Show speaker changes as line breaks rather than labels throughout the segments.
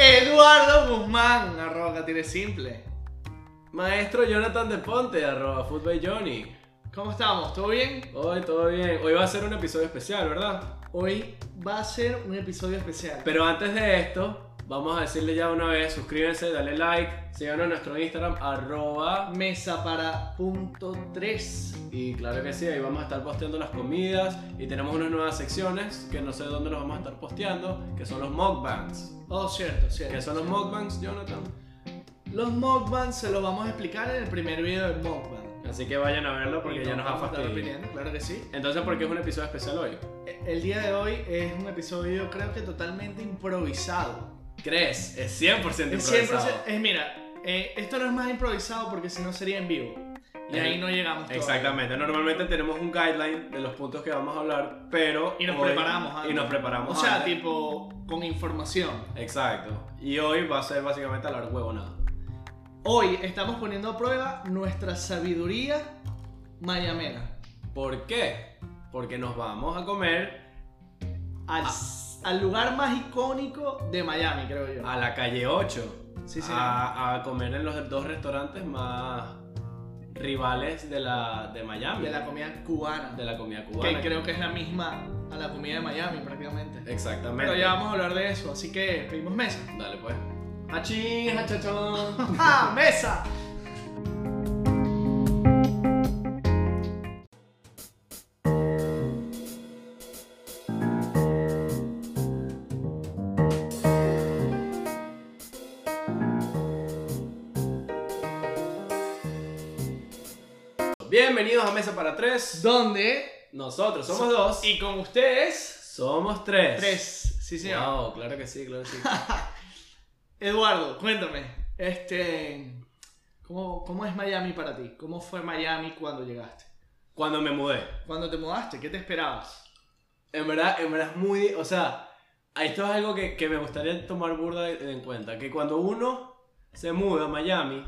Eduardo Guzmán, arroba Catire Simple.
Maestro Jonathan de Ponte, arroba Football Johnny.
¿Cómo estamos? ¿Todo bien?
Hoy todo bien. Hoy va a ser un episodio especial, ¿verdad?
Hoy va a ser un episodio especial.
Pero antes de esto, vamos a decirle ya una vez, suscríbanse, dale like, síganos en nuestro Instagram, arroba.
Mesa para punto 3.
Y claro que sí, ahí vamos a estar posteando las comidas y tenemos unas nuevas secciones que no sé dónde las vamos a estar posteando, que son los mukbangs.
Oh, cierto, cierto.
¿Qué son los mukbangs, Jonathan?
Los mukbangs se los vamos a explicar en el primer video del mukbang.
Así que vayan a verlo porque
Y
ya nos ha
vamos a estar
fastidiado.
opinando, Claro que sí.
Entonces, ¿por qué es un episodio especial hoy?
E- El día de hoy es un episodio creo que totalmente improvisado.
¿Crees? Es 100%
Es
improvisado.
100%, es, mira, eh, esto no es más improvisado porque si no sería en vivo. Y
Ajá.
ahí no llegamos todavía.
Exactamente, normalmente tenemos un guideline de los puntos que vamos a hablar, pero...
Y nos
hoy-
preparamos antes.
Y nos preparamos
O sea,
antes.
tipo, con información.
Exacto. Y hoy va a ser básicamente hablar huevonada.
Hoy estamos poniendo a prueba nuestra sabiduría mayamena.
¿Por qué? Porque nos vamos a comer
Al,
Ah.
al lugar más icónico de Miami, creo yo.
a la calle 8.
Sí, sí.
a, a comer en los dos restaurantes más rivales de, la, de Miami.
de la comida cubana.
de la comida
que
cubana.
creo que es la misma a la comida de Miami prácticamente.
Exactamente.
Pero ya vamos a hablar de eso, así que pedimos mesa.
Dale pues. Hachín, hachachón.
¡Ah, mesa!
Bienvenidos a Mesa para Tres.
¿Dónde?
Nosotros somos dos.
Y con ustedes,
Somos tres.
tres. Sí, señor.
Wow, claro que sí, claro que sí.
Eduardo, cuéntame, este, ¿cómo, ¿cómo es Miami para ti? ¿Cómo fue Miami cuando llegaste?
Cuando me mudé.
Cuando te mudaste, ¿qué te esperabas?
En verdad, en verdad es muy. O sea, esto es algo que, que me gustaría tomar burda en cuenta. Que cuando uno se muda a Miami,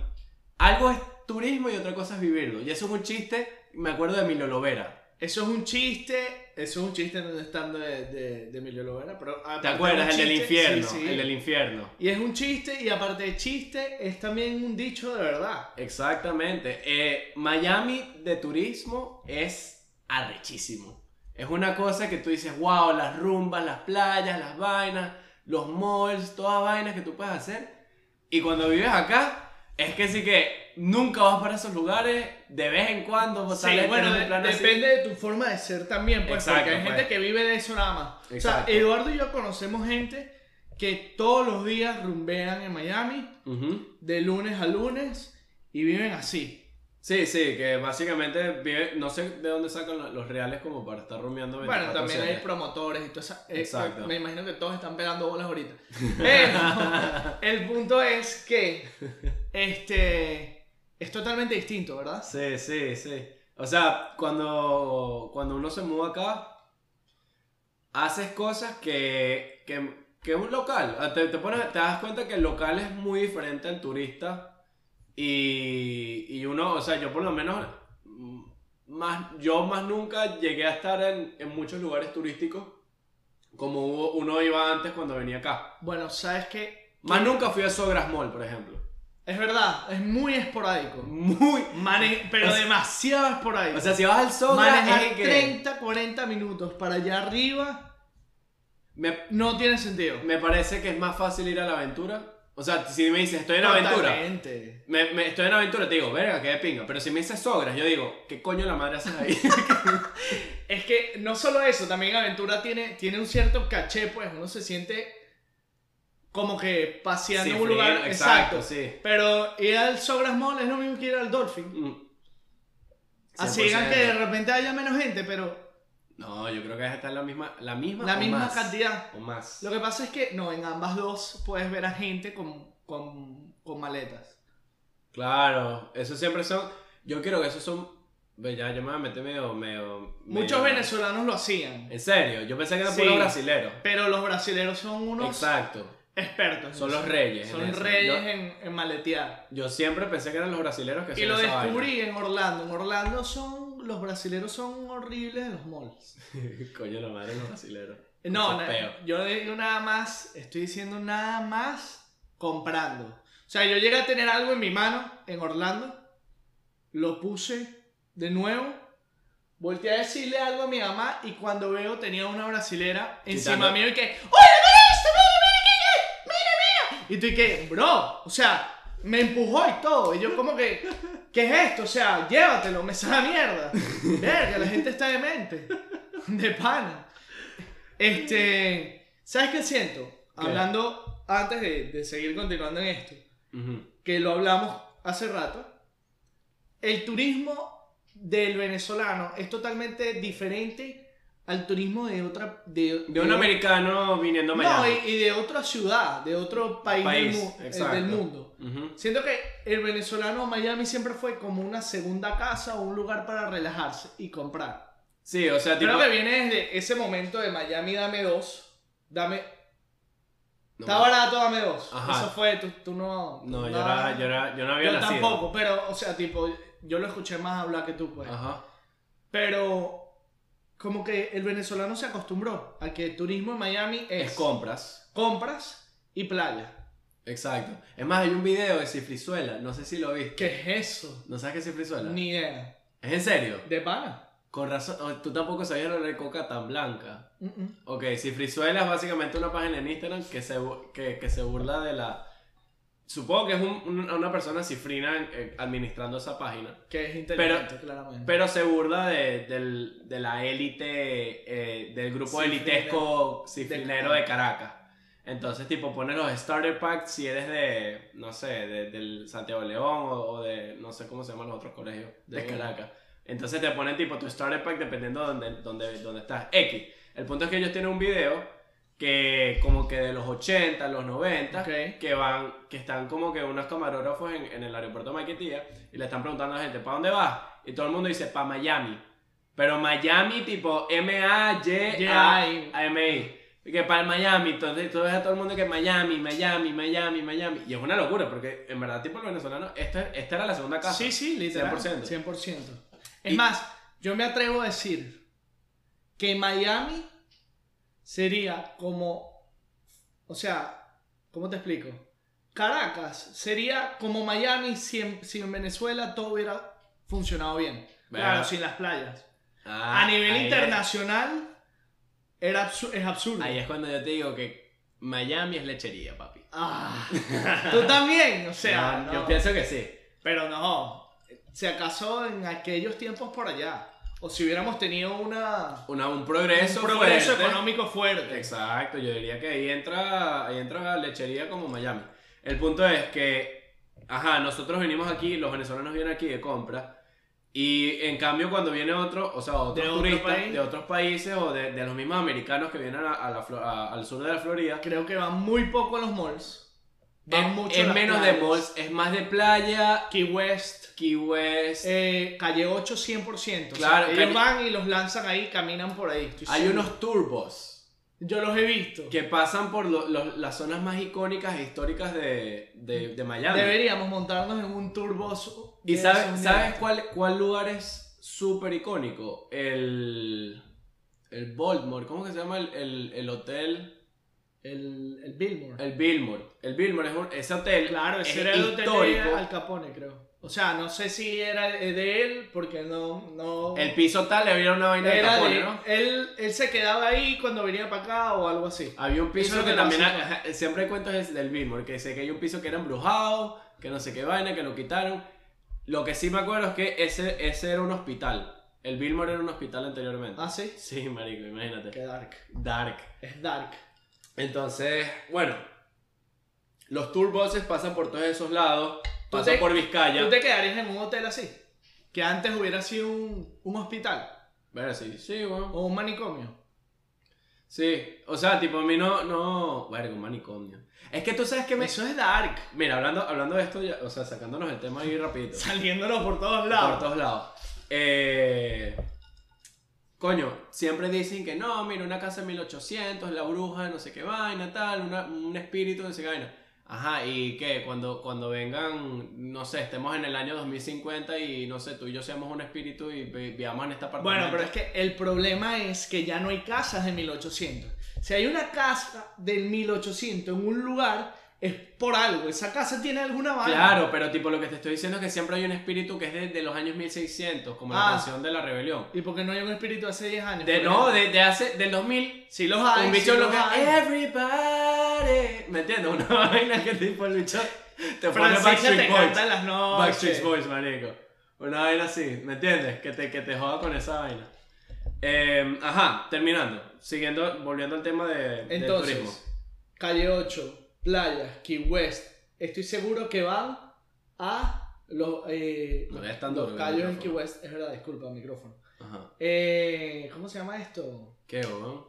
algo es turismo y otra cosa es vivirlo. Y eso es un chiste, me acuerdo de Emilio Lovera.
Eso es un chiste, eso es un chiste en un stand de, de, de Emilio Lovera, pero...
¿Te
aparte es
acuerdas?
un
El del
chiste-
infierno.
sí, sí.
El del infierno.
Y es un chiste, y aparte de chiste, es también un dicho de verdad.
Exactamente. Eh, Miami de turismo es arrechísimo. Es una cosa que tú dices, wow, las rumbas, las playas, las vainas, los malls, todas vainas que tú puedes hacer. Y cuando vives acá, es que sí que nunca vas para esos lugares, de vez en cuando vos
Sí,
sales,
bueno,
tenés un
de-
plan así.
depende de tu forma de ser también, pues,
Exacto,
porque hay gente
pues.
que vive de eso nada más. O
Exacto.
sea, Eduardo y yo conocemos gente que todos los días rumbean en Miami,
Ujú.
de lunes a lunes, y viven así.
Sí, sí, que básicamente vive, no sé de dónde sacan lo- los reales como para estar rumiando.
Bueno, también hay
24/7.
promotores y todo eso.
eh. Exacto.
eh, Me imagino que todos están pegando bolas ahorita. Pero el punto es que este es totalmente distinto, ¿verdad?
Sí, sí, sí. O sea, cuando, cuando uno se muda acá, haces cosas que, que, que un local. Ah, Te, te pones- te das cuenta que el local es muy diferente al turista. Y, y uno, o sea, yo por lo menos, mm, más, yo más nunca llegué a estar en, en muchos lugares turísticos como hubo- uno iba antes cuando venía acá.
Bueno, sabes que
Más nunca fui a Sogras Mall, por ejemplo.
es verdad, es muy esporádico.
Muy...
Mane- pero
O sea-
demasiado esporádico.
O sea, si vas al Sogras...
Manejar
es que-
30, 40 minutos para allá arriba
me,
no tiene sentido.
Me parece que es más fácil ir a la aventura. O sea, si me dices, estoy en aventura.
Totalmente.
Me, me- estoy en aventura, te digo, verga, que de pinga. Pero si me dices sogras, yo digo, ¿qué coño la madre haces ahí?
Es que no solo eso, también Aventura tiene, tiene un cierto caché, pues uno se siente como que paseando
Sí,
en un lugar.
frío,
Exacto.
sí.
Pero ir al Sogras Mall es lo mismo que ir al Dolphin.
Mm.
Así digan que de
100%.
repente haya menos gente, pero
No, yo creo que está en la misma, la misma,
la
o
misma
más.
cantidad.
O más.
Lo que pasa es que no, en ambas dos puedes ver a gente con, con, con maletas.
Claro, eso siempre son. Yo creo que esos son. Ve, Ya, yo me voy a meter medio. medio
Muchos
medio-
venezolanos lo hacían,
En serio, yo pensé que eran
Sí.
puros brasileros.
pero los brasileros son unos
Exacto.
expertos. en
Son
eso.
los reyes. en
Son
eso.
reyes en, en maletear.
Yo, yo siempre pensé que eran los brasileros que
Y
hacían
lo
esa vaina.
descubrí en Orlando. En Orlando son. Los brasileros son horribles en los malls.
Coño, la madre de los brasileros.
Eh, No,
Eso es
na-
peo.
yo digo nada más. Estoy diciendo nada más comprando. O sea, yo llegué a tener algo en mi mano en Orlando, lo puse de nuevo, volteé a decirle algo a mi mamá y cuando veo tenía una brasilera encima
Quitando.
mío y que, ¡Oye, mira esto! ¡Mira, mira, mira, mira! ¡Mira, mira! Y tú y que, bro, o sea, me empujó y todo. Y yo como que, ¿qué es esto? O sea, llévatelo, me sale mierda. Verga, la gente está demente. De pana. Este, ¿sabes qué siento? Hablando, antes de, de seguir continuando en esto,
Ujú.
que lo hablamos hace rato, el turismo del venezolano es totalmente diferente al turismo de otra... De,
De un
de-
americano viniendo a
Eh, No,
Miami.
y, y de otra ciudad, de otro país, del
País,
mu- eh,
exacto.
del mundo.
Ujú.
Siento que el venezolano Miami siempre fue como una segunda casa o un lugar para relajarse y comprar.
Sí, o sea, tipo...
Creo que viene desde ese momento de Miami, dame dos. Dame.
No,
está barato, dame dos.
Ajá.
Eso fue, tú, tú no.
No,
tú
yo, era, yo, era, yo no había
Yo
nacido.
tampoco, pero, o sea, tipo, yo lo escuché más hablar que tú, pues.
Ajá.
Pero. Como que el venezolano se acostumbró a que el turismo en Miami es,
Es compras.
compras y playa.
Exacto. Es más, hay un video de Cifrizuela. No sé si lo viste.
¿Qué es eso?
¿No sabes qué es Cifrizuela?
Ni idea.
¿Es en serio?
De pana.
Con razón. oh, Tú tampoco sabías lo de Coca tan blanca.
Mm, mm.
Ok, Cifrizuela es básicamente una página en Instagram que se, bu- que, que se burla de la... Supongo que es un- un- una persona cifrina eh, administrando esa página.
Que es inteligente, claramente.
Pero se burla de, del- de la élite, eh, del grupo
Cifrina.
elitesco cifrinero de
De
Caracas. Entonces, tipo, pone los starter packs si eres de, no sé, de- del Santiago León o, o de, no sé cómo se llaman los otros colegios de
De
Caracas. Entonces te ponen tipo tu starter pack dependiendo de donde, donde, donde estás. X. El punto es que ellos tienen un video que como que de los 80, los 90,
Ok.
que van, que están como que unos camarógrafos en, en el aeropuerto de Maiquetía y le están preguntando a la gente, ¿para dónde vas? Y todo el mundo dice, para Miami. Pero Miami tipo
Yeah.
M-A-Y-A-M-I. Que para Miami, entonces tú ves a todo el mundo que Miami, Miami, Miami, Miami. Y es una locura, porque en verdad, tipo, el venezolano, esta, esta era la segunda casa.
Sí, sí, literal.
100%.
100%. Es
Y-
más, yo me atrevo a decir que Miami sería como. O sea, ¿cómo te explico? Caracas sería como Miami si en, si en Venezuela todo hubiera funcionado bien.
Verga.
Claro, sin las playas.
Ah,
a nivel
ahí es-
internacional era absu- es absurdo.
ahí es cuando yo te digo que Miami es lechería, papi.
Ah, Tú también, o sea.
No,
no.
Yo pienso que sí.
Pero no, si acaso en aquellos tiempos por allá, o si hubiéramos tenido una,
Una- un
un
progreso,
progreso
fuerte.
económico fuerte.
Exacto, yo diría que ahí entra, ahí entra la lechería como Miami. El punto es que, ajá, nosotros venimos aquí, los venezolanos vienen aquí de compra. Y en cambio, cuando viene otro, o sea, otros
De otro
turistas
país.
de otros países o de, de los mismos americanos que vienen a- a la Flo- a- al sur de la Florida,
Creo que van muy poco a los malls. Van
es,
mucho
es
a las
menos de
playas.
malls, es más de playa,
Key West,
Key West.
eh, calle 8, 100%.
Claro,
Claro, ellos
calle-
van y los lanzan ahí, caminan por ahí. estoy
hay
seguro.
unos turbos.
Yo los he visto.
que pasan por lo- lo- las zonas más icónicas e históricas de, de, de Miami.
Deberíamos montarnos en un turbo.
¿Y sabes, ¿sabes cuál, cuál lugar es súper icónico? El, el Baltimore, ¿cómo que se llama el, el- el hotel?
El, el Billboard.
El Billmore. El Billmore es un- ese hotel.
Claro, ese
es
era el hotel
histórico.
de Al Capone, creo. O sea, no sé si era de él, porque no. no
El piso tal había una vaina de
era
Capone,
de-
¿no?
él, él se quedaba ahí cuando venía para acá o algo así.
Había un piso
Eso es lo
que
que
también
pasa.
ajá, siempre hay cuentos es del Billmore, que sé que hay un piso que era embrujado, que no sé qué vaina, que lo quitaron. Lo que sí me acuerdo es que ese, ese era un hospital. El Billmore era un hospital anteriormente.
Ah, sí.
Sí, marico, imagínate.
Qué dark.
Dark.
Es dark.
Entonces, bueno, los tour buses pasan por todos esos lados,
¿Tú
pasan
te-
por Vizcaya.
¿Tú te quedarías en un hotel así? Que antes hubiera sido un, un hospital
Bueno, sí, sí, bueno.
o un manicomio.
Sí, o sea, tipo, a mí no, no, verga, un manicomio. Es que tú sabes que me...
Eso es dark.
Mira, hablando, hablando de esto, ya- o sea, sacándonos el tema ahí rapidito.
Saliéndonos por todos
Por
lados.
todos lados. Eh, coño, siempre dicen que no, mira, una casa de 1800, la bruja, no sé qué vaina, tal, una- un espíritu, no sé qué vaina. Ajá, y que cuando, cuando vengan, no sé, estemos en el año 2050 y no sé, tú y yo seamos un espíritu y vi- vivamos en esta parte.
Bueno, pero es que el problema es que ya no hay casas de 1800. Si hay una casa del 1800 en un lugar, es por algo. Esa casa tiene alguna vaina.
Claro, pero tipo lo que te estoy diciendo es que siempre hay un espíritu que es de, de los años 1600, como
Ah.
la canción de la rebelión.
¿Y por qué no hay un espíritu hace 10 años?
De,
Porque-
no, de, de hace, del 2000.
Sí los hay,
Un
sí
bicho
los
lo que...
hay.
Everybody. ¿Me entiendes? Una vaina que tipo el bicho... Te pone
Francisca te
Backstreet Boys.
canta en las noches.
Backstreet Boys, marico. Una vaina así, ¿me entiendes? Que te, que te joda con esa vaina. Eh, ajá, terminando. Siguiendo, volviendo al tema de, del turismo.
Entonces, calle 8, playas, Key West. Estoy seguro que van a los, eh,
No es tan
los
duro el
callos en
micrófono.
Key West. Es verdad, disculpa, micrófono.
Ajá.
Eh, ¿Cómo se llama esto?
¿Qué, weón?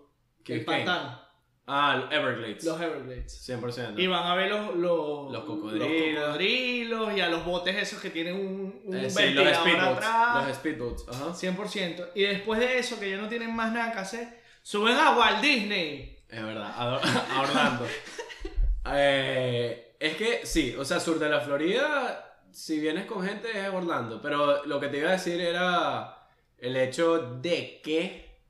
¿Qué-
El
qué?
pantano,
Ah, los Everglades.
los Everglades.
100%.
Y van a ver los, los,
Ah. Los cocodrilos.
los cocodrilos y a los botes esos que tienen un, un
Eh, sí, los
ventilador
speedboats.
atrás.
Los speedboats, ajá.
100%. Y después de eso, que ya no tienen más nada que hacer, suben a Walt Disney.
Es verdad, a, a Orlando. Eh, es que sí, o sea, sur de la Florida, si vienes con gente es Orlando, pero lo que te iba a decir era el hecho de que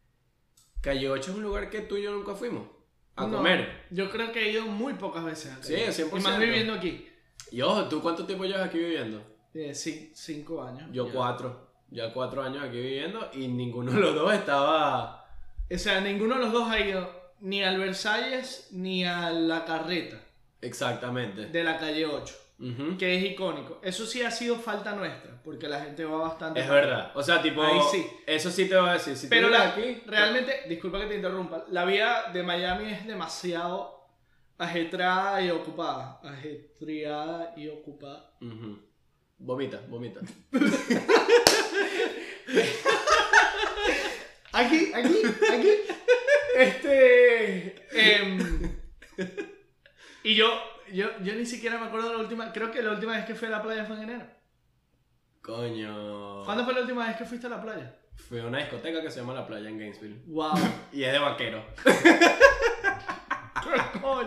Calle 8 es un lugar que tú y yo nunca fuimos a
No,
comer.
Yo creo que he ido muy pocas veces. a
Sí,
Calle.
100%.
Y más viviendo aquí.
Y ojo, ¿tú cuánto tiempo llevas aquí viviendo?
Eh, sí, cinco años.
Yo
Ya.
cuatro, ya cuatro años aquí viviendo y ninguno de los dos estaba...
O sea, ninguno de los dos ha ido ni al Versalles ni a la carreta
Exactamente.
de la calle 8,
Ujú.
que es icónico. Eso sí ha sido falta nuestra, porque la gente va bastante.
Es verdad, o sea, tipo...
Ahí sí.
Eso sí te voy a decir. Si tú
Pero
vives
la-
aquí, pues,
Realmente, disculpa que te interrumpa, la vida de Miami es demasiado ajetreada y ocupada. Ajetreada y ocupada.
Ujú. Vomita, vomita.
Aquí, aquí, aquí. Este. em, y yo, yo, yo ni siquiera me acuerdo de la última. Creo que la última vez que fui a la playa fue en enero.
Coño.
¿Cuándo fue la última vez que fuiste a la playa?
Fui a una discoteca que se llama La Playa en Gainesville.
¡Wow!
Y es de vaquero.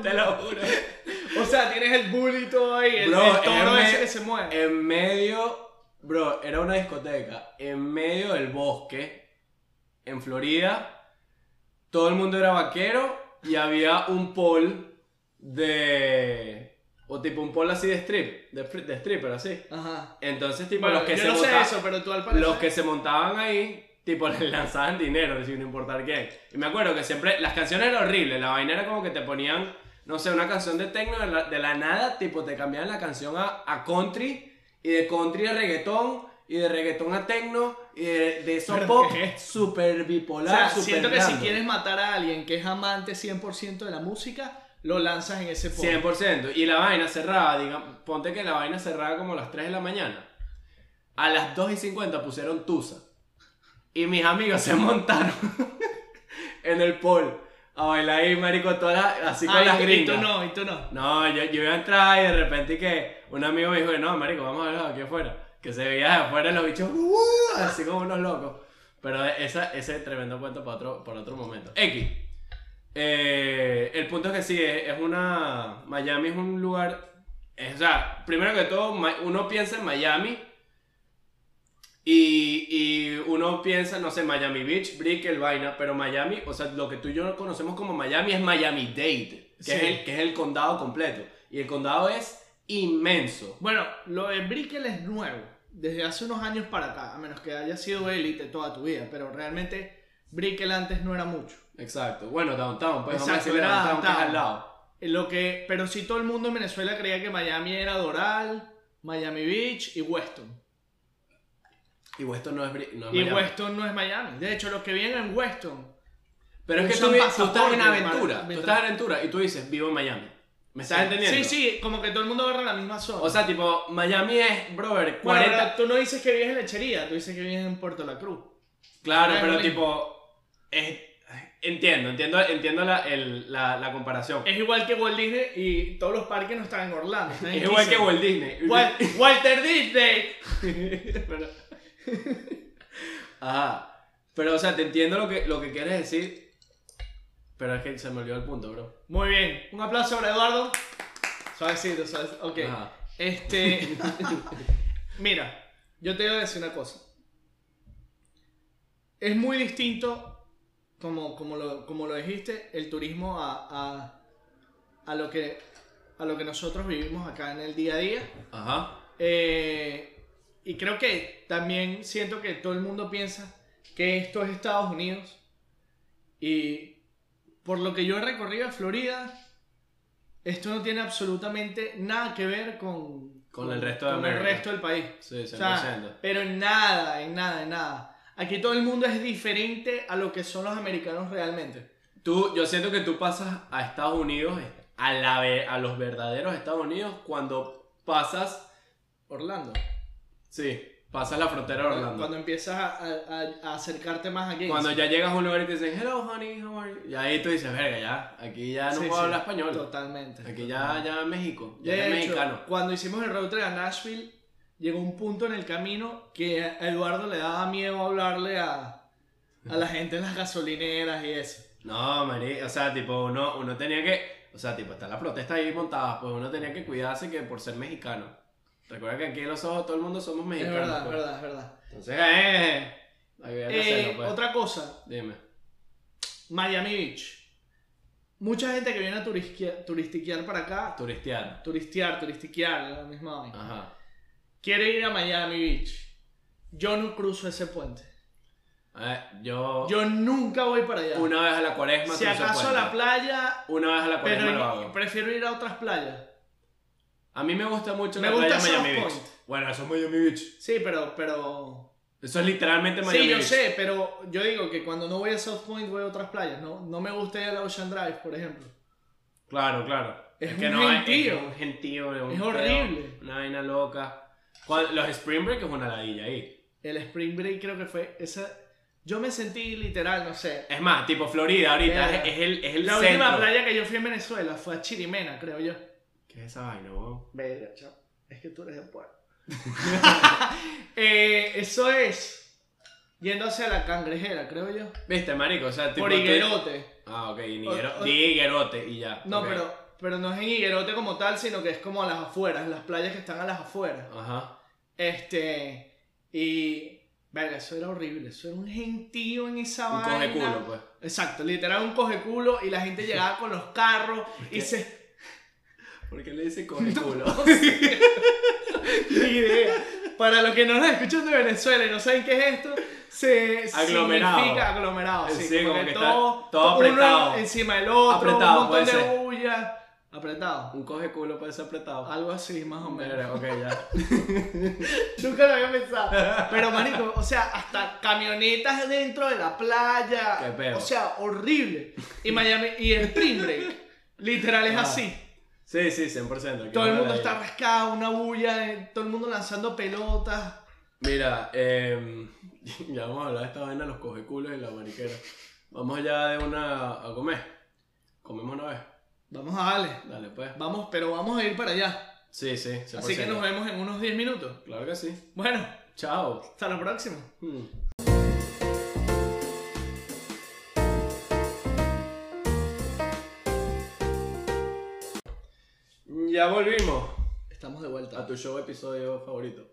Te lo juro.
o sea, tienes el bully todo ahí, el,
Bro,
el toro
es
ese
me-
que se mueve.
En medio. Bro, era una discoteca. En medio del bosque. En Florida. Todo el mundo era vaquero. Y había un pole de. O tipo un pole así de strip. De, fri- de stripper, así.
Ajá.
Entonces, tipo,
Bueno,
los que
yo
se
no sé
bota-
eso, pero tú al parecer.
los que se montaban ahí, tipo, les lanzaban dinero, sin importar quién. Y me acuerdo que siempre, las canciones eran horribles, la vaina era como que te ponían, no sé, una canción de techno de la, de la nada, tipo, te cambiaban la canción a, a country, y de country a reggaetón, y de reggaetón a techno, y de, de esos
¿Pero
pop
qué?
super
O
bipolar,
sea,
super
siento que si
random.
quieres matar a alguien que es amante 100% de la música, lo lanzas en ese pop.
100%. Y la vaina cerrada, digamos, ponte que la vaina cerrada como a las 3 de la mañana. A las 2 y 50 pusieron Tusa. Y mis amigos se montaron en el pol a bailar ahí, marico, todas las- así con
Ah, y-
las
y tú
gringas.
no, y tú no.
No, yo, yo iba a entrar y de repente que un amigo me dijo, no, marico, vamos a verlos aquí afuera. Que se veía de afuera los bichos, "Uh", así como unos locos. Pero esa, ese tremendo cuento para otro, para otro momento. X. Eh, el punto es que sí, es, es una... Miami es un lugar... es- o sea, primero que todo, Ma- uno piensa en Miami. Y, y uno piensa, no sé, Miami Beach, Brickell, vaina, pero Miami, o sea, lo que tú y yo conocemos como Miami es Miami Dade, que,
Sí.
es el, que es el condado completo. Y el condado es inmenso.
Bueno, lo de Brickell es nuevo, desde hace unos años para acá, a menos que haya sido élite toda tu vida, pero realmente Brickell antes no era mucho.
Exacto. Bueno, downtown, pues
Exacto,
vamos a decirle
era
downtown, que es
downtown.
al lado.
Lo que, pero sí todo el mundo en Venezuela creía que Miami era Doral, Miami Beach y Weston.
Y Weston no es, Bri- no es
Y
Miami.
Weston no es Miami. De hecho, los que vienen en Weston.
Pero es que
usan
tú, vi- tú estás
pasaporte
en
para-
aventura, tú estás en aventura y tú dices, vivo en Miami. ¿Me estás entendiendo?
Sí, sí, como que todo el mundo agarra la misma zona.
O sea, tipo, Miami es, brother, 40...
Bueno, pero tú no dices que vives en Lechería, tú dices que vives en Puerto La Cruz.
Claro,
No es
pero
lo mismo.
tipo. es- entiendo, entiendo, entiendo la, el- la, la comparación. Es,
Es igual que Walt Disney y todos los parques no están en Orlando. están en
igual que
Kissimmee.
Walt Disney.
Wal- Walter Disney.
Pero- Ajá. Pero, o sea, te entiendo lo que, lo que quieres decir. Pero es que se me olvidó el punto, bro.
Muy bien, un aplauso para Eduardo. Suavecito, suavecito. Ok.
Ajá.
Este. Mira, yo te voy a decir una cosa. Es muy distinto, como, como, lo, como lo dijiste, el turismo a, a, a lo que a lo que nosotros vivimos acá en el día a día.
Ajá.
Eh, y creo que también siento que todo el mundo piensa que esto es Estados Unidos. Y por lo que yo he recorrido en Florida, esto no tiene absolutamente nada que ver con,
Con el resto de
con el
América.
resto del país.
Sí, 100%.
O sea, pero en nada, en nada, en nada. Aquí todo el mundo es diferente a lo que son los americanos realmente.
Tú, yo siento que tú pasas a Estados Unidos, a, la, ve- a los verdaderos Estados Unidos, cuando pasas,
Orlando.
sí, pasas la frontera de Orlando.
Cuando empiezas a, a- a acercarte más a gays.
Cuando ya llegas a un lugar y te dicen, hello, honey, how are you? Y ahí tú dices, verga, ya, aquí ya no
Sí,
puedo
sí,
hablar español.
Totalmente.
Aquí ya, ya es México, ya
De
es
hecho,
mexicano.
cuando hicimos el road trip a Nashville, llegó un punto en el camino que a Eduardo le daba miedo hablarle a, a la gente en las gasolineras y eso.
No, Mari, o sea, tipo, uno, uno tenía que, o sea, tipo, está la protesta ahí montada, pues uno tenía que cuidarse que por ser mexicano. Recuerda que aquí en los ojos todo el mundo somos
Es
mexicanos.
verdad, es
pues.
verdad, es verdad.
Entonces, eh, ahí voy a hacerlo,
Eh,
pues.
Otra cosa,
Dime.
Miami Beach. Mucha gente que viene a turisquia- turistiquear para acá,
Turistear.
turistear, turistiquear, la misma vaina,
Ajá.
quiere ir a Miami Beach. Yo no cruzo ese puente.
A ver, yo,
Yo nunca voy para allá.
una vez a la cuaresma
si
cruzo el
acaso a la
puente.
playa,
Una vez a la cuaresma lo
pero
hago.
prefiero ir a otras playas.
A mí me gusta mucho
Me
la
gusta
playa
South
Miami Beach.
Point.
Bueno, eso es Miami Beach.
Sí, pero, pero.
Eso es literalmente Miami
sí, yo
Beach.
sé, pero yo digo que cuando no voy a South Point voy a otras playas. No, no me gusta ir a la Ocean Drive, por ejemplo.
Claro, claro.
Es
que
un
no hay-
gentío.
Es un gentío. un
Es
pedo,
horrible.
una vaina loca. Cuando- los Spring Break es una ladilla ahí.
El Spring Break creo que fue esa. Yo me sentí literal, no sé.
Es más, tipo Florida ahorita
Verga.
es, es el, es el
La
centro.
última playa que yo fui en Venezuela fue a Chirimena, creo yo.
¿Qué es esa vaina, weón?
Verga, chao. Es que tú eres el pueblo. Eh, eso es. Yendo hacia la cangrejera, creo yo.
Viste, marico, o sea, tipo...
Por
tú-
Higuerote.
Ah, ok, y
O- o-
Niguero- di Higuerote y ya.
No,
ok.
pero, pero no es en Higuerote como tal, sino que es como a las afueras, las playas que están a las afueras.
Ajá.
Este. Y. Verga, eso era horrible. Eso era un gentío en esa
Un
vaina.
coge culo, pues.
Exacto, literal un coge culo y la gente llegaba con los carros y
qué?
se.
¿Por qué le dice coge culo?
Ni idea. Para los que no nos escuchan de Venezuela y no saben qué es esto, se
Aglomerado.
significa aglomerado. Sí,
Sí,
como,
como
que,
que está
todo,
todo
uno
apretado.
encima del otro,
Apretado,
un montón
puede
de
ser.
bulla. Apretado.
Un coge culo puede ser apretado.
Algo así, más o menos.
Verga, ok, ya.
Nunca lo había pensado. Pero, marico, o sea, hasta camionetas dentro de la playa.
Qué pedo.
O sea, horrible. Y Miami, y el Spring Break, literal es
Ah,
así.
Sí, sí, 100%. que
Todo
es
el
una
mundo
ladilla.
está rascado, una bulla, eh, todo el mundo lanzando pelotas.
Mira, eh, ya vamos a hablar de esta vaina, los cogeculos y la mariquera. Vamos ya de una a comer. Comemos una vez.
Vamos a darle.
Dale, pues.
Vamos, pero vamos a ir para allá.
Sí, sí, 100%.
Así que nos vemos en unos 10 minutos.
Claro que sí.
Bueno,
Chao.
hasta la próxima.
Hmm. Ya volvimos
Estamos de
a
vuelta
tu show episodio favorito.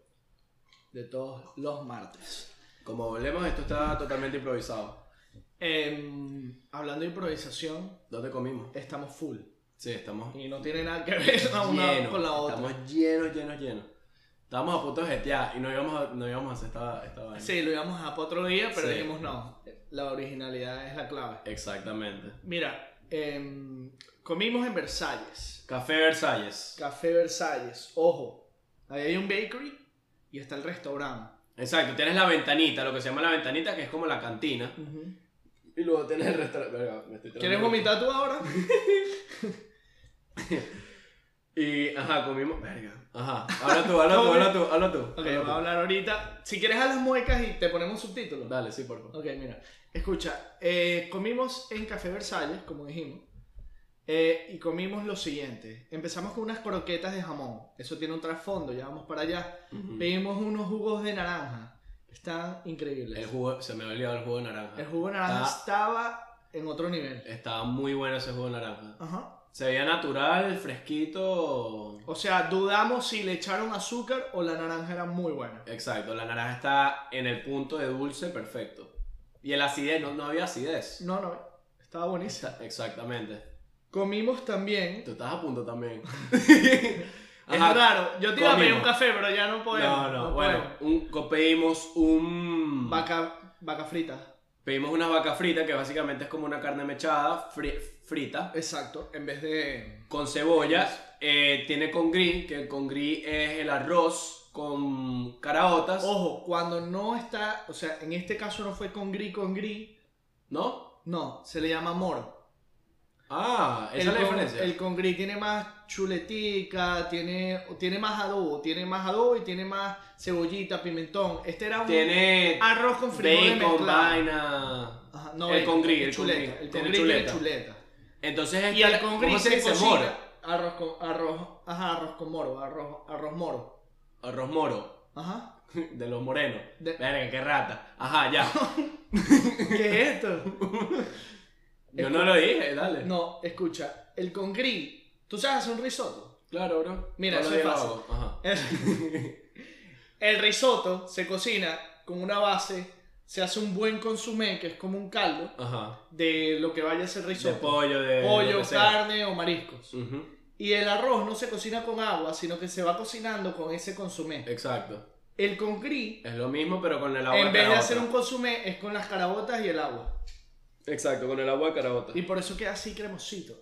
de todos los martes.
Como volvemos, esto está totalmente improvisado.
Em, hablando de improvisación,
¿Dónde comimos?
estamos full.
Sí, estamos
Y no tiene nada que ver la una
llenos,
con la otra.
Estamos llenos, llenos, llenos. Estábamos a punto de jetear y no íbamos a, no íbamos a hacer esta, esta vaina.
Sí, lo íbamos a para otro día, pero
Sí.
dijimos no. La originalidad es la clave.
Exactamente.
Mira, em, comimos en Versalles.
Café Versalles.
Café Versalles. Ojo, ahí hay un bakery y está el restaurante.
Exacto, tienes la ventanita, lo que se llama la ventanita, que es como la cantina. Y luego tienes el restaurante. Verga, me estoy
¿Quieres
tragando.
vomitar tú ahora?
Y, ajá, comimos. Verga. Ajá. Habla tú, habla tú, habla tú, habla tú.
Ok,
habla
voy
tú.
a hablar ahorita. Si quieres a las muecas y te ponemos subtítulos.
Dale, sí, por favor.
Ok, mira. Escucha, eh, comimos en Café Versalles, como dijimos, eh, y comimos lo siguiente. Empezamos con unas croquetas de jamón. Eso tiene un trasfondo, ya vamos para allá.
Ujú.
Pedimos unos jugos de naranja. Están increíbles.
El jugo, se me había olvidado el jugo de naranja.
El jugo de naranja
Está-
estaba en otro nivel.
Estaba muy bueno ese jugo de naranja.
Ajá.
Se veía natural, fresquito.
O sea, dudamos si le echaron azúcar o la naranja era muy buena.
Exacto, la naranja está en el punto de dulce perfecto. Y el acidez, no, no había acidez.
No, no, estaba buenísima.
Exactamente.
Comimos también.
Tú estás a punto también.
es raro. Yo te iba a pedir un
comimos.
café, pero ya no podemos.
No,
podemos.
no, bueno, un, co- pedimos un...
Vaca, vaca frita.
Pedimos unas vacas fritas, que básicamente es como una carne mechada, fri- frita,
Exacto. En vez de.
con cebolla. eh, tiene congrí, que el congrí es el arroz con caraotas,
Ojo, cuando no está. O sea, en este caso no fue con gris, con gris.
¿no?
No, se le llama moro.
Ah, esa es la
con-
diferencia.
El con gris tiene más chuletica, tiene, tiene más adobo, tiene más adobo y tiene más cebollita, pimentón. Este era un
Tiene
arroz con frijoles
bacon,
mezclado.
vaina...
Ajá, no,
El con gris,
el
el con
chuleta.
gris.
El con
Tiene
gris tiene
chuleta.
chuleta.
Entonces, este-
Y el con
¿cómo
gris
se
se
dice
cocina.
moro?
Arroz con arroz, ajá, arroz con moro, arroz, arroz moro.
Arroz moro,
Ajá.
de los morenos.
De-
Verga, qué rata. Ajá, ya.
¿Qué es esto?
Yo no lo dije, dale.
No, escucha, el con gris, tú sabes hacer un risotto.
Claro, bro.
Mira,
Todos
eso es
los días
fácil.
lo hago. Ajá.
El, el risotto se cocina con una base, se hace un buen consumé que es como un caldo
Ajá.
de lo que vaya a ser
De
risotto.
pollo, de. lo
pollo,
que sea.
carne o mariscos.
Ujú,
Y el arroz no se cocina con agua, sino que se va cocinando con ese consumé.
Exacto.
El con gris
Es lo mismo, pero con el agua
En vez de
caraota.
hacer un consumé, es con las carabotas y el agua.
Exacto, con el agua de carabota.
Y por eso queda así cremosito.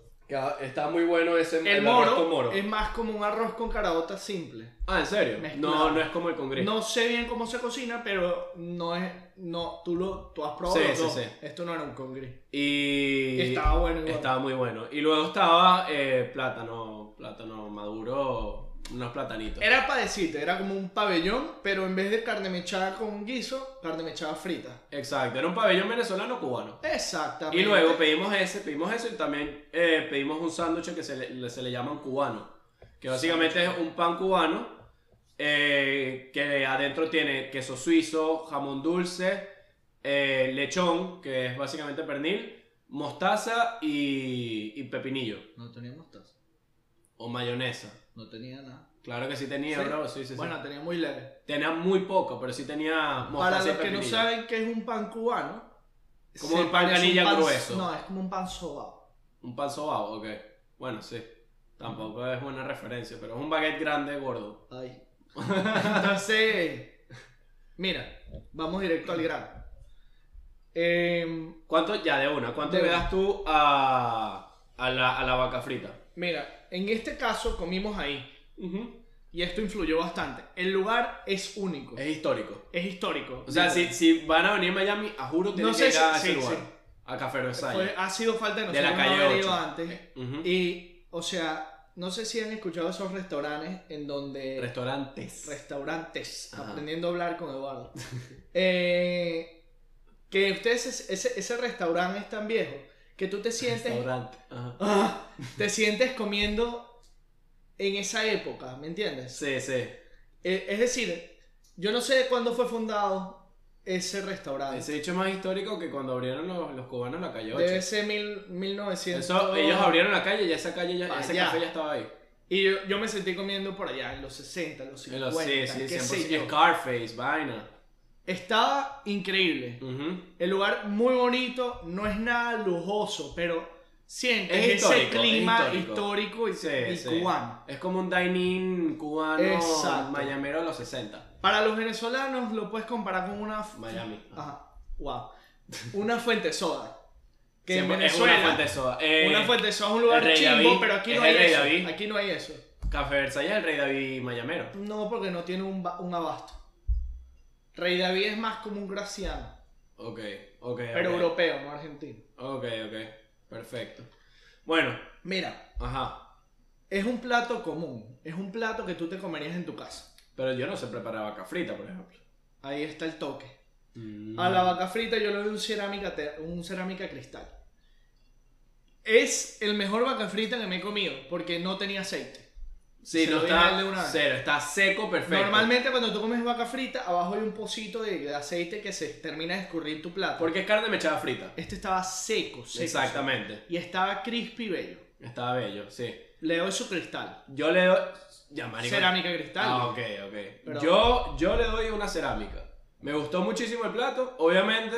Está muy bueno ese
El,
arroz
moro,
con moro.
es más como un arroz con carabotas simple.
Ah, ¿en serio?
Mezclado.
No, no es como el congreso.
No sé bien cómo se cocina, pero no es. No, tú lo tú has probado.
Sí,
los
sí,
dos.
sí.
Esto no era un congri.
Y.
Estaba bueno igual.
Estaba muy bueno. Y luego estaba eh, plátano, plátano maduro, unos platanitos.
Era padecito, era como un pabellón, pero en vez de carne mechada con guiso, carne mechada frita.
Exacto, era un pabellón venezolano cubano.
Exactamente.
Y luego pedimos ese, pedimos eso y también eh, pedimos un sándwich que se le, le- se le llaman cubano. Que básicamente es un pan cubano eh, que adentro tiene queso suizo, jamón dulce, eh, lechón, que es básicamente pernil, mostaza y, y pepinillo.
No tenía mostaza,
O mayonesa.
no tenía nada.
Claro que sí tenía,
¿Sí?
bro. Sí, sí, sí.
Bueno, tenía muy leve.
Tenía muy poco, pero sí tenía
Para
mostaza y
los que no
pepinillo.
saben qué es un pan cubano,
Como
se
un pan
parece
canilla grueso.
No, es como un pan sobao.
Un pan sobao, ok. Bueno, sí. Tampoco es buena referencia, pero es un baguette grande, gordo.
Ay. Entonces, mira, vamos directo al grano. Eh,
¿Cuánto, ya de una, cuánto
De
le
una.
das tú a, a, la, a la vaca frita?
mira, en este caso comimos ahí y esto influyó bastante. El lugar es único,
Es histórico.
es histórico.
O sea, si, si van a venir a Miami, a juro tienen
No
que
sé
ir
si-
a
sí,
ese lugar.
sí.
A Café
Fue-
Versailles.
ha sido falta de
De
nosotros
la
no
calle
haber
8.
ido antes.
Ujú.
Y, o sea, no sé si han escuchado esos restaurantes en donde
Restaurantes.
restaurantes,
Ajá.
aprendiendo a hablar con Eduardo. Eh, que ustedes, es- ese, ese restaurante es tan viejo que tú te sientes,
Restaurante. Ajá.
Ah, te sientes comiendo en esa época, ¿me entiendes?
Sí, sí.
Eh, es decir, yo no sé cuándo fue fundado ese restaurante.
Ese hecho más histórico que cuando abrieron los, los cubanos la calle 8.
Debe ser mil, 1900.
Eso, ellos abrieron la calle y esa calle ya,
Pa'
ese
allá.
café ya estaba ahí.
Y yo, yo me sentí comiendo por allá, en los 60, en los
En
50,
los, sí, sí,
qué
100%.
sé yo.
Scarface, vaina.
Estaba increíble.
Ujú.
El lugar muy bonito, no es nada lujoso, pero sientes
Es
ese
histórico, es
clima
histórico.
histórico, y,
Sí,
y
sí.
cubano.
Es como un dining cubano
Exacto.
mayamero de los 60.
Para los venezolanos lo puedes comparar con una fu-
Miami.
Ajá, wow. Una fuente soda. Que en
Siempre-
Venezuela
Es una fuente de soda. Eh,
una fuente soda es un lugar
el Rey
chimbo,
David,
pero aquí
es
no
el
hay
Rey
eso.
David.
Aquí no hay eso.
Café Versalles, el Rey David mayamero.
No, porque no tiene un, ba- un abasto. Rey David es más como un graciano,
Ok, ok.
pero
ok.
europeo, no argentino.
Ok, ok. Perfecto. Bueno,
Mira,
ajá.
es un plato común, es un plato que tú te comerías en tu casa.
Pero yo no sé preparar vaca frita, por ejemplo.
Ahí está el toque.
Mm.
A la vaca frita yo le doy un cerámica, te- un cerámica cristal. Es el mejor vaca frita que me he comido porque no tenía aceite.
Sí,
se
no
lo dije a él
está.
de una vez.
Cero, está seco, perfecto.
Normalmente cuando tú comes vaca frita, abajo hay un pocito de, de aceite que se termina de escurrir tu plato.
Porque es carne mechada frita.
este estaba seco, seco.
Exactamente.
seco. Y estaba crispy bello.
Estaba bello, sí.
Le doy su cristal.
Yo le doy. Ya, marico.
Cerámica cristal.
Ah, ok, ok.
Pero-
Yo, yo le doy una cerámica. Me gustó muchísimo el plato. Obviamente,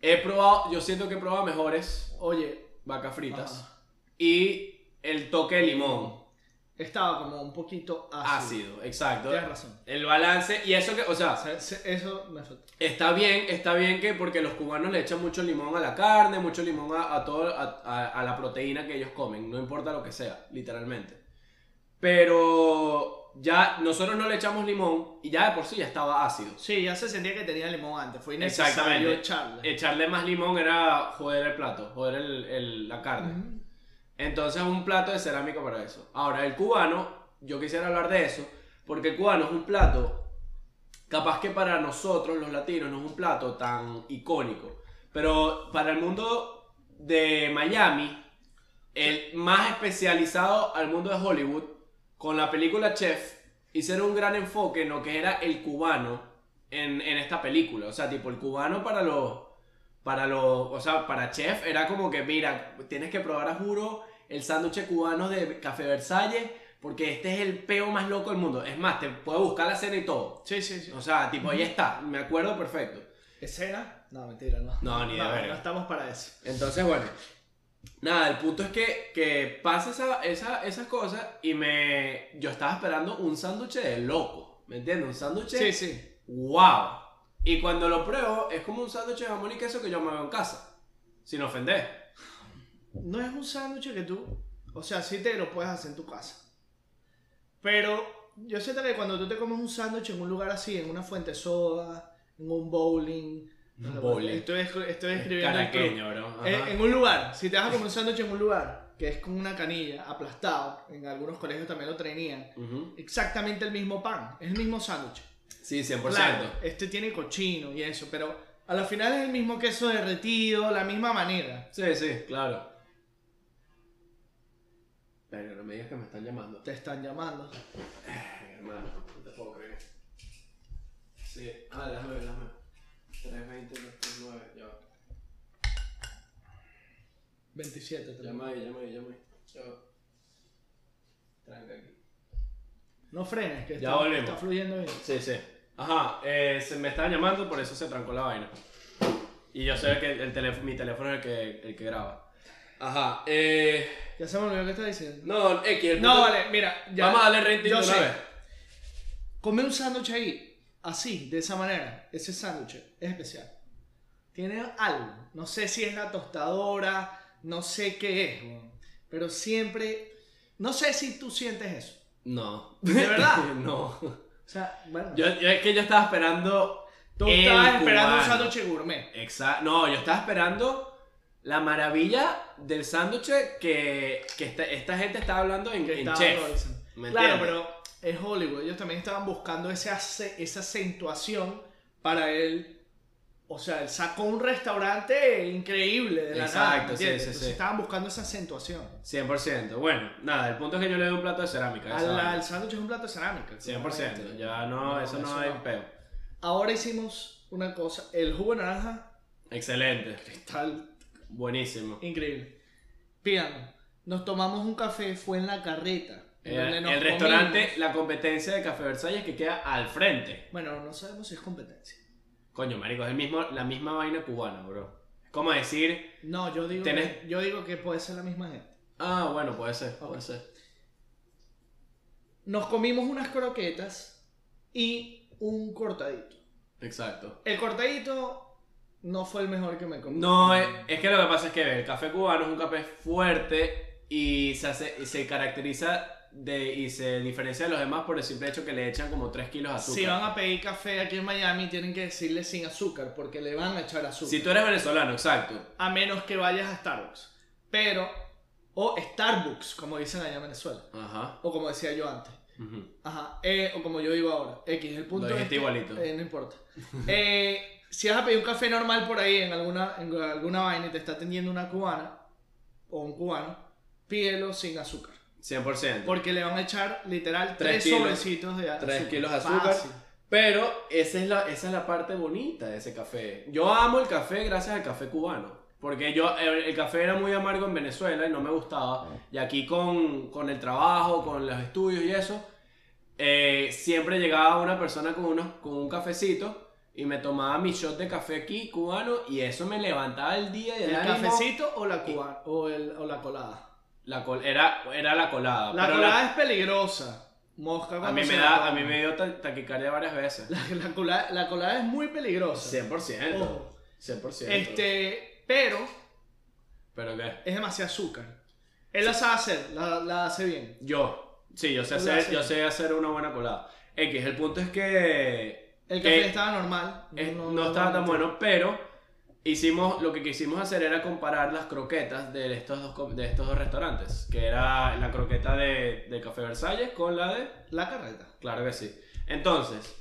he probado. Yo siento que he probado mejores
Oye, ah,
vacas fritas.
Ajá.
y el toque de limón.
Estaba como un poquito ácido.
Ácido, exacto.
Ah, Tienes razón.
El balance, y eso que, o sea,
O sea, se- Eso me faltó.
Está bien, está bien que porque los cubanos le echan mucho limón a la carne, mucho limón a, a todo, a, a- a la proteína que ellos comen, no importa lo que sea, literalmente. Pero ya nosotros no le echamos limón y ya de por sí ya estaba ácido.
Sí, ya se sentía que tenía limón antes. Fue innecesario
Exactamente.
echarle.
Echarle más limón era joder el plato, joder el- el- la carne.
Ujú.
Entonces un plato de cerámica para eso. Ahora, el cubano, yo quisiera hablar de eso, porque el cubano es un plato, capaz que para nosotros los latinos no es un plato tan icónico, pero para el mundo de Miami, el más especializado al mundo de Hollywood, con la película Chef, hicieron un gran enfoque en lo que era el cubano en, en esta película. O sea, tipo, el cubano para los... Para los... O sea, para Chef era como que, mira, tienes que probar a juro el sándwich cubano de Café Versalles porque este es el peo más loco del mundo. Es más, te puedo buscar la cena y todo.
Sí, sí, sí.
O sea, tipo, ahí está. Me acuerdo perfecto.
¿Escena? No, mentira, no.
No, ni de verga.
No estamos para eso.
Entonces, bueno. Nada, el punto es que, que pasa esa, esa, esas cosas y me... Yo estaba esperando un sándwich de loco, ¿me entiendes? Un sándwich
Sí, sí.
¡Wow! Y cuando lo pruebo, es como un sándwich de jamón y queso que yo me veo en casa. Sin ofender.
No es un sándwich que tú. O sea, sí te lo puedes hacer en tu casa. Pero yo siento que cuando tú te comes un sándwich en un lugar así, en una fuente de soda, en un bowling.
Un bowling.
Estoy, escri- estoy escribiendo. aquí.
Caraqueño, bro. Ajá.
Eh, en un lugar, si te vas a comer un sándwich en un lugar que es con una canilla, aplastado, en algunos colegios también lo tenían,
Ujú.
exactamente el mismo pan, es el mismo sándwich.
Sí, 100%.
Claro, este tiene cochino y eso, pero a la final es el mismo queso derretido, la misma manera.
Sí, sí, claro. Pero no me digas que me están llamando.
Te están llamando.
Ay, hermano, no te puedo creer. Sí, ah, déjame ver, déjame. 320, 239, ya va.
27 te llaman.
Llama ahí, llama ahí, llama ahí. Ya va. Tranca aquí.
No frenes, que
Ya
está,
volvemos.
está fluyendo bien.
Sí, sí. Ajá, eh, se me estaban llamando, por eso se trancó la vaina. Y yo sé que el teléfono, mi teléfono es el que, el que graba. Ajá, eh.
Ya se me olvidó que está diciendo.
No, X, el
No,
punto-
vale, mira, ya.
Vamos a darle rating
Yo
de una
sé.
vez.
Comer un sándwich ahí, así, de esa manera, ese sándwich es especial. Tiene algo. No sé si es la tostadora, no sé qué es, weón. pero siempre. No sé si tú sientes eso.
No.
¿De verdad?
no.
O sea, bueno.
Yo, yo- es que yo estaba esperando.
tú
el
estabas esperando un
cubano.
sándwich gourmet.
Exacto. No, yo estaba esperando la maravilla del sándwich que, que esta, esta gente estaba hablando en,
que
en
estaba
chef.
Robinson.
¿me
Claro,
entiendes?
pero es Hollywood. Ellos también estaban buscando ese ace- esa acentuación para él. O sea, él sacó un restaurante increíble de la nada.
Exacto, sí,
¿entiendes?
sí,
Entonces
sí.
estaban buscando esa acentuación.
100%. Bueno, nada, el punto es que yo le doy un plato de cerámica. a esa
Al,
vaina.
al sándwich es un plato de cerámica.
100%.
claramente.
Ya no, eso no hay peo.
Ahora hicimos una cosa. El jugo de naranja
Excelente.
está
Buenísimo.
increíble. Pídame. Nos tomamos un café, fue en la carreta. en
Eh,
donde nos
el restaurante,
comimos-
la competencia de Café Versalles que queda al frente.
Bueno, no sabemos si es competencia.
Coño, marico, es el mismo, la misma vaina cubana, bro. Es como decir,
No, yo digo,
Tenés-
que, yo digo que puede ser la misma gente.
ah, bueno, puede ser,
Ok.
puede ser.
Nos comimos unas croquetas y un cortadito.
Exacto.
El cortadito no fue el mejor que me comí.
No, eh, es, es que lo que pasa es que el café cubano es un café fuerte y se, hace, y se caracteriza de, y se diferencia de los demás por el simple hecho que le echan como 3 kilos de
Si van
azúcar.
a pedir café aquí en Miami, tienen que decirle sin azúcar, porque le van a echar azúcar.
si tú eres venezolano, exacto.
A menos que vayas a Starbucks. Pero, o Starbucks, como dicen allá en Venezuela.
Ajá.
O como decía yo antes.
Ujú.
Ajá. eh, o como yo digo ahora. X, el punto
Lo
es.
dijiste
que-
igualito.
eh, no importa. Eh, si vas a pedir un café normal por ahí en alguna, en alguna vaina y te está atendiendo una cubana o un cubano, pídelo sin azúcar.
100%.
Porque le van a echar literal
Tres
tres,
kilos.
sobrecitos de azúcar.
Tres kilos de azúcar.
Fácil.
Pero esa es, la, esa es la parte bonita de ese café. Yo amo el café gracias al café cubano. Porque yo, el, el café era muy amargo en Venezuela y no me gustaba. Y aquí con, con el trabajo, con los estudios y eso, eh, siempre llegaba una persona con, unos, con un cafecito y me tomaba mi shot de café aquí cubano y eso me levantaba el día y el,
¿El
ánimo.
cafecito o la, cuba- o, el- o la colada?
La col era, era la colada.
La
Ah, pero
colada es peligrosa. Mosca
la- a,
cuando
mí
se
me
la
da, a
toma.
mí me dio ta- taquicardia varias veces.
La, la colada, la colada es muy peligrosa.
100%.
Ojo.
100%.
Oh. Este, pero
¿Pero qué?
es demasiado azúcar. Él la sabe hacer, la, la hace bien.
Yo. Sí, yo sé,
Tú la
hacer,
haces.
yo sé hacer una buena colada. X, el punto es que...
El
que
café estaba normal.
es- Eh, no, estaba tan bueno, pero hicimos, lo que quisimos hacer era comparar las croquetas de estos dos, co- de estos dos restaurantes. Que era la croqueta de, de Café Versalles con la de...
La carreta.
Claro que sí. Entonces,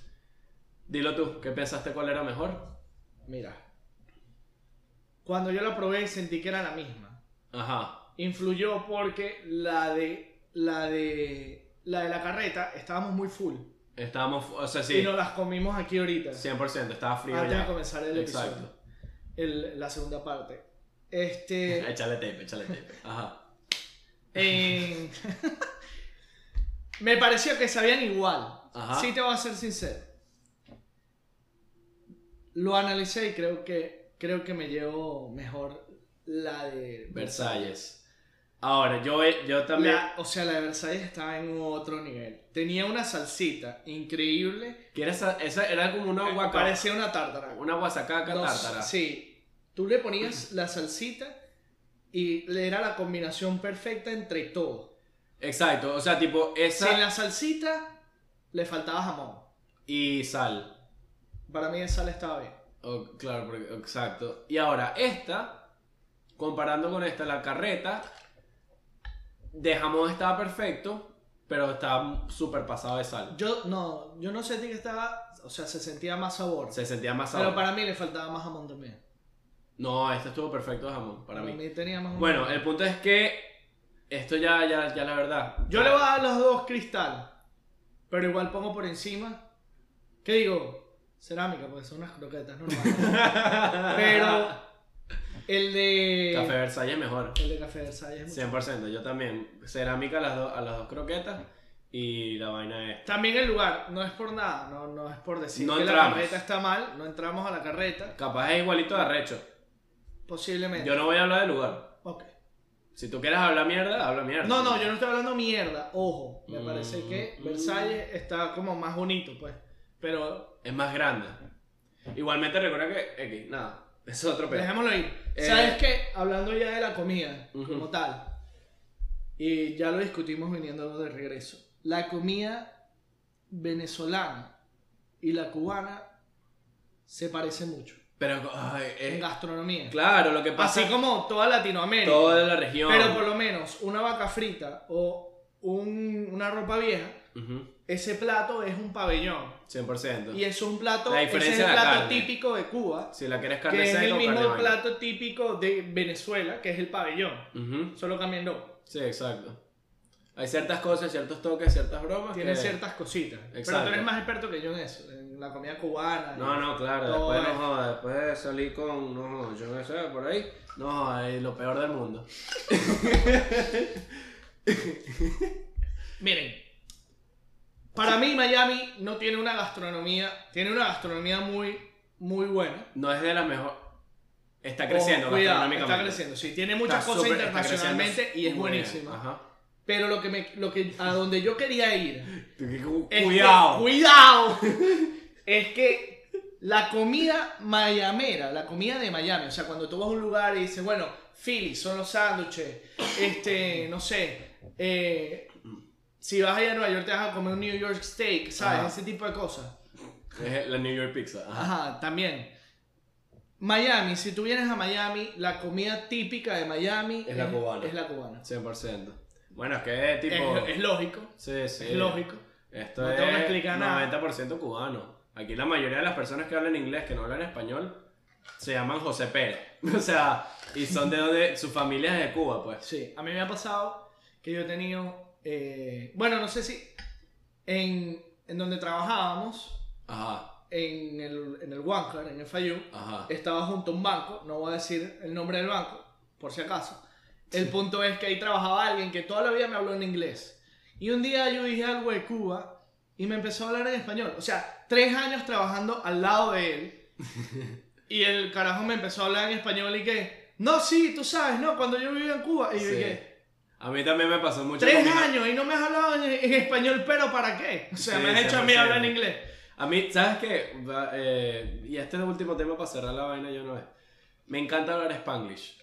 dilo tú, ¿qué pensaste cuál era mejor?
Mira. Cuando yo la probé sentí que era la misma.
Ajá.
Influyó porque la de la de la de la carreta estábamos muy full
Estábamos, o sea,
y Ah,
sí,
nos las comimos aquí ahorita
100%, estaba frío
antes de
ya.
comenzar el
Exacto.
episodio, el- la segunda parte. Este
Échale tape, échale tape. Ajá.
en- me pareció que sabían igual.
Ajá.
Sí te voy a ser sincero. Lo analicé y creo que creo que me llevo mejor la de
Versalles. Ahora, yo, yo también...
La- o sea, la de Versalles estaba en otro nivel. Tenía una salsita increíble.
que era esa, esa era como una guaca-
Parecía una tártara.
Una guasacaca
No,
tártara.
Sí. Tú le ponías la salsita y le era la combinación perfecta entre todo.
Exacto, o sea, tipo esa
Sin la salsita le faltaba jamón.
y sal.
Para mí esa le estaba bien.
Oh, claro, porque- exacto. Y ahora, esta, comparando con esta, la carreta de jamón estaba perfecto, pero estaba súper pasado de sal.
Yo no, yo no sentí que estaba, o sea, se sentía más sabor.
Se sentía más
pero
sabor.
para mí le faltaba más jamón también.
No, esta estuvo perfecto de jamón, para mí.
tenía más
Bueno, el punto es que esto ya, ya, ya la verdad.
Yo le voy a dar los dos cristal, pero igual pongo por encima. ¿Qué digo? Cerámica, porque son unas croquetas normales. pero eh, el de.
Café Versalles mejor.
El de Café Versalles. es mucho
100%, yo también. Cerámica a las, dos- a las dos croquetas y la vaina es.
También el lugar, no es por nada, no, no es por decir
No
que
entramos.
la carreta está mal, no entramos a la carreta,
Capaz es igualito de arrecho.
posiblemente.
Yo no voy a hablar del lugar.
Ok.
Si tú quieres hablar mierda, habla mierda.
No, no, yo no estoy hablando mierda, ojo. Me parece
Mm,
que
mm.
Versalles está como más bonito, pues. Pero
Es más grande. Igualmente recuerda que X, nada. Es otro pedo.
dejémoslo ahí.
Eh.
¿Sabes qué? Hablando ya de la comida,
Ujú.
como tal, y ya lo discutimos viniéndolo de regreso. La comida venezolana y la cubana se parecen mucho
Pero, ay,
en
es-
gastronomía.
Eh, claro, lo que
Así
pasa es
como toda Latinoamérica.
toda la región.
Pero por lo menos una vaca frita o un- una ropa vieja,
Ujú,
ese plato es un pabellón.
100%.
Y es un plato,
La
ese es
diferencia
el
de la
plato
carne.
típico de Cuba,
Si la quieres carne
que es
seca
el
o
mismo
carne vaina.
plato típico de Venezuela, que es el pabellón.
Ujú,
Solo cambian nombre.
Sí, exacto. Hay ciertas cosas, ciertos toques, ciertas bromas.
Tienen
que-
ciertas cositas. Pero
Exacto.
tú eres más experto que yo en eso, en la comida cubana.
No,
y-
no, claro,
Todo
después no
eso.
joda, después salí con, no, yo no sé, por ahí, no, joda, es lo peor del mundo.
Miren, para mí Miami no tiene una gastronomía, tiene una gastronomía muy, muy buena.
No es de las mejores. Está creciendo,
Con cuidado,
gastronómicamente.
Está creciendo, sí. Tiene muchas
Está
cosas
súper- está
internacionalmente
creciendo
y es
muy bien,
buenísima.
ajá.
Pero lo que me, lo que, a donde yo quería ir
Tú que cu-
es que-
cuidado.
cuidado. es que la comida mayamera, la comida de Miami, o sea, cuando tú vas a un lugar y dices, bueno, Philly, son los sándwiches, este, no sé, eh, si vas allá a Nueva York te vas a comer un New York steak, ¿sabes?
Ajá.
Ese tipo de cosas.
Es la New York Pizza. Ajá.
Ajá, también. Miami, si tú vienes a Miami, la comida típica de Miami
Es la cubana.
es la cubana.
100%. Bueno, es que tipo.
Es, es lógico,
sí, sí.
es lógico.
Esto
No
es
tengo que explicar nada.
90% cubano. Aquí la mayoría de las personas que hablan inglés, que no hablan español, se llaman José Pérez. O sea, y son de donde. Su familia es de Cuba, pues.
Sí, a mí me ha pasado que yo he tenido, eh, bueno, no sé si en, en donde trabajábamos,
Ajá,
en el, en el Wanker, en el Fayú,
ajá.
estaba junto a un banco, no voy a decir el nombre del banco, por si acaso. El punto es que ahí trabajaba alguien que toda la vida me habló en inglés. Y un día yo dije algo de Cuba y me empezó a hablar en español. O sea, tres años trabajando al lado de él. Y el carajo me empezó a hablar en español y que, no, sí, tú sabes, no, cuando yo vivía en Cuba. Y yo
Sí.
dije,
A mí también me pasó mucho. con
Tres
mi-
años y no me has hablado en, en español, pero ¿para qué? O sea,
Sí,
me has hecho a mí
100%.
hablar en inglés.
A mí, ¿sabes qué? Va, eh, y este es el último tema para cerrar la vaina yo no es. Me encanta hablar spanglish.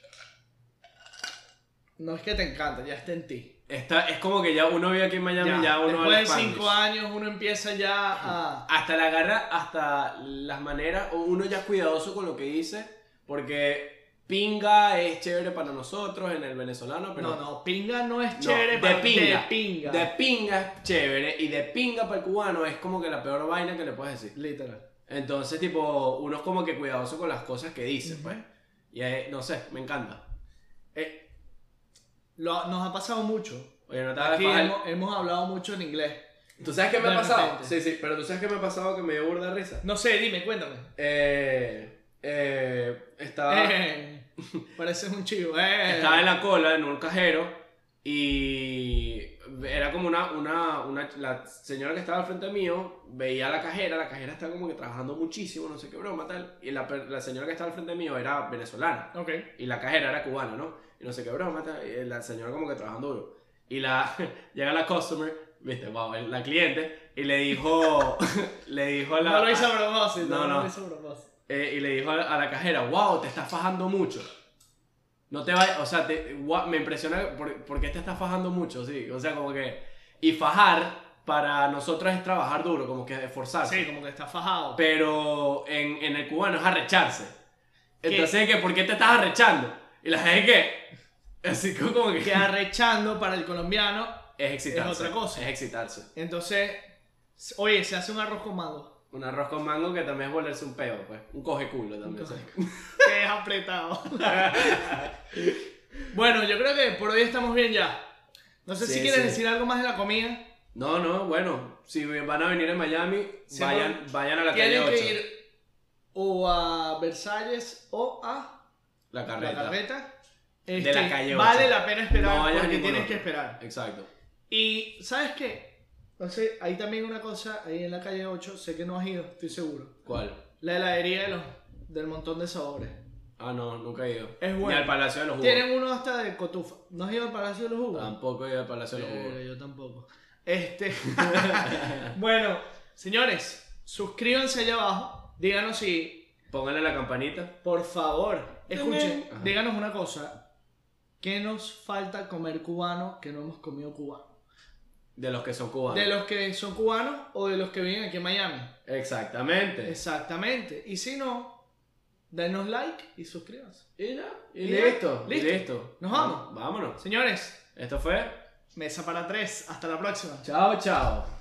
No es que te encanta, ya está en ti.
Está, es como que ya uno vive aquí en Miami, ya, uno
después
habla
de
spanglish.
cinco años uno empieza ya a...
Hasta la garra, hasta las maneras, o uno ya es cuidadoso con lo que dice, porque pinga es chévere para nosotros en el venezolano, pero
No, no, pinga no es
No,
chévere,
de
para-
pinga.
De pinga.
de pinga es chévere y de pinga para el cubano es como que la peor vaina que le puedes decir.
Literal.
Entonces, tipo, uno es como que cuidadoso con las cosas que dice,
Ujú.
pues. Y eh, no sé, me encanta.
Eh, lo- nos ha pasado mucho.
Oye, no te hagas
Aquí
paja.
hemos, hemos hablado mucho en inglés.
¿Tú sabes qué me
De
ha pasado?
repente.
Sí, sí, pero tú sabes qué me ha pasado que me dio burda risa.
No sé, dime, cuéntame.
Eh, eh, estaba,
Eh, pareces un chivo. Eh.
estaba en la cola en un cajero y era como una, una, una, la señora que estaba al frente mío veía a la cajera, la cajera estaba como que trabajando muchísimo, no sé qué broma, tal, y la, per- la señora que estaba al frente mío era venezolana.
Ok.
Y la cajera era cubana, ¿no? Y no sé qué broma, tal, y la señora como que trabajando duro. Y la, llega la customer, viste, wow, la cliente, y le dijo, le dijo a la...
No lo hizo a propósito.
No,
No,
no.
lo hizo a propósito.
eh, y le dijo a la, a la cajera, wow, te estás fajando mucho. No te vayas, o sea, te- gua- me impresiona por, por qué te estás fajando mucho, sí. O sea, como que... Y fajar para nosotros es trabajar duro, como que esforzarse.
Sí, como que está fajado.
Pero en, en el cubano es arrecharse.
¿Qué?
Entonces, ¿qué? ¿por qué te estás arrechando? Y la gente que. Así como- como que.
que arrechando para el colombiano.
Es excitarse.
Es otra cosa.
Es excitarse.
Entonces, s- oye, se hace un arroz con mango.
Un arroz con mango que también es volverse un peo, pues. Un coge culo también.
coge
¿sabes?
Que es apretado. bueno, yo creo que por hoy estamos bien ya. No sé
Sí,
si quieres
sí.
decir algo más de la comida.
No, no, bueno. Si van a venir en Miami,
Sí,
vayan, vayan a la calle
Tienen
8.
que ir o a Versalles o a
La
la
carreta.
carreta.
De
Este,
la calle
Vale
ocho.
la pena esperar
No vayas a
porque
ningún
tienes
otro.
que esperar.
Exacto.
Y, ¿sabes qué? Entonces, hay también una cosa, ahí en la calle 8, sé que no has ido, estoy seguro.
¿Cuál?
La heladería de los, del montón de sabores.
Ah, no, nunca he ido.
Es bueno.
Ni al Palacio de los Jugos.
Tienen uno hasta de cotufa. ¿No has ido al Palacio de los Jugos?
Tampoco he ido al Palacio de los
Verga,
Jugos.
yo tampoco. Este. bueno, señores, suscríbanse allá abajo. Díganos si,
Pónganle la campanita.
por favor, escuchen,
Ajá.
díganos una cosa. ¿Qué nos falta comer cubano que no hemos comido cubano?
De los que son cubanos.
¿De los que son cubanos o de los que viven aquí en Miami?
Exactamente.
Exactamente. Y si no, denos like y suscríbanse.
Y ya, y,
Y ya,
listo, y
listo.
listo.
Nos vamos.
Vámonos.
Señores,
Esto fue.
mesa para tres. Hasta la próxima.
Chao, chao.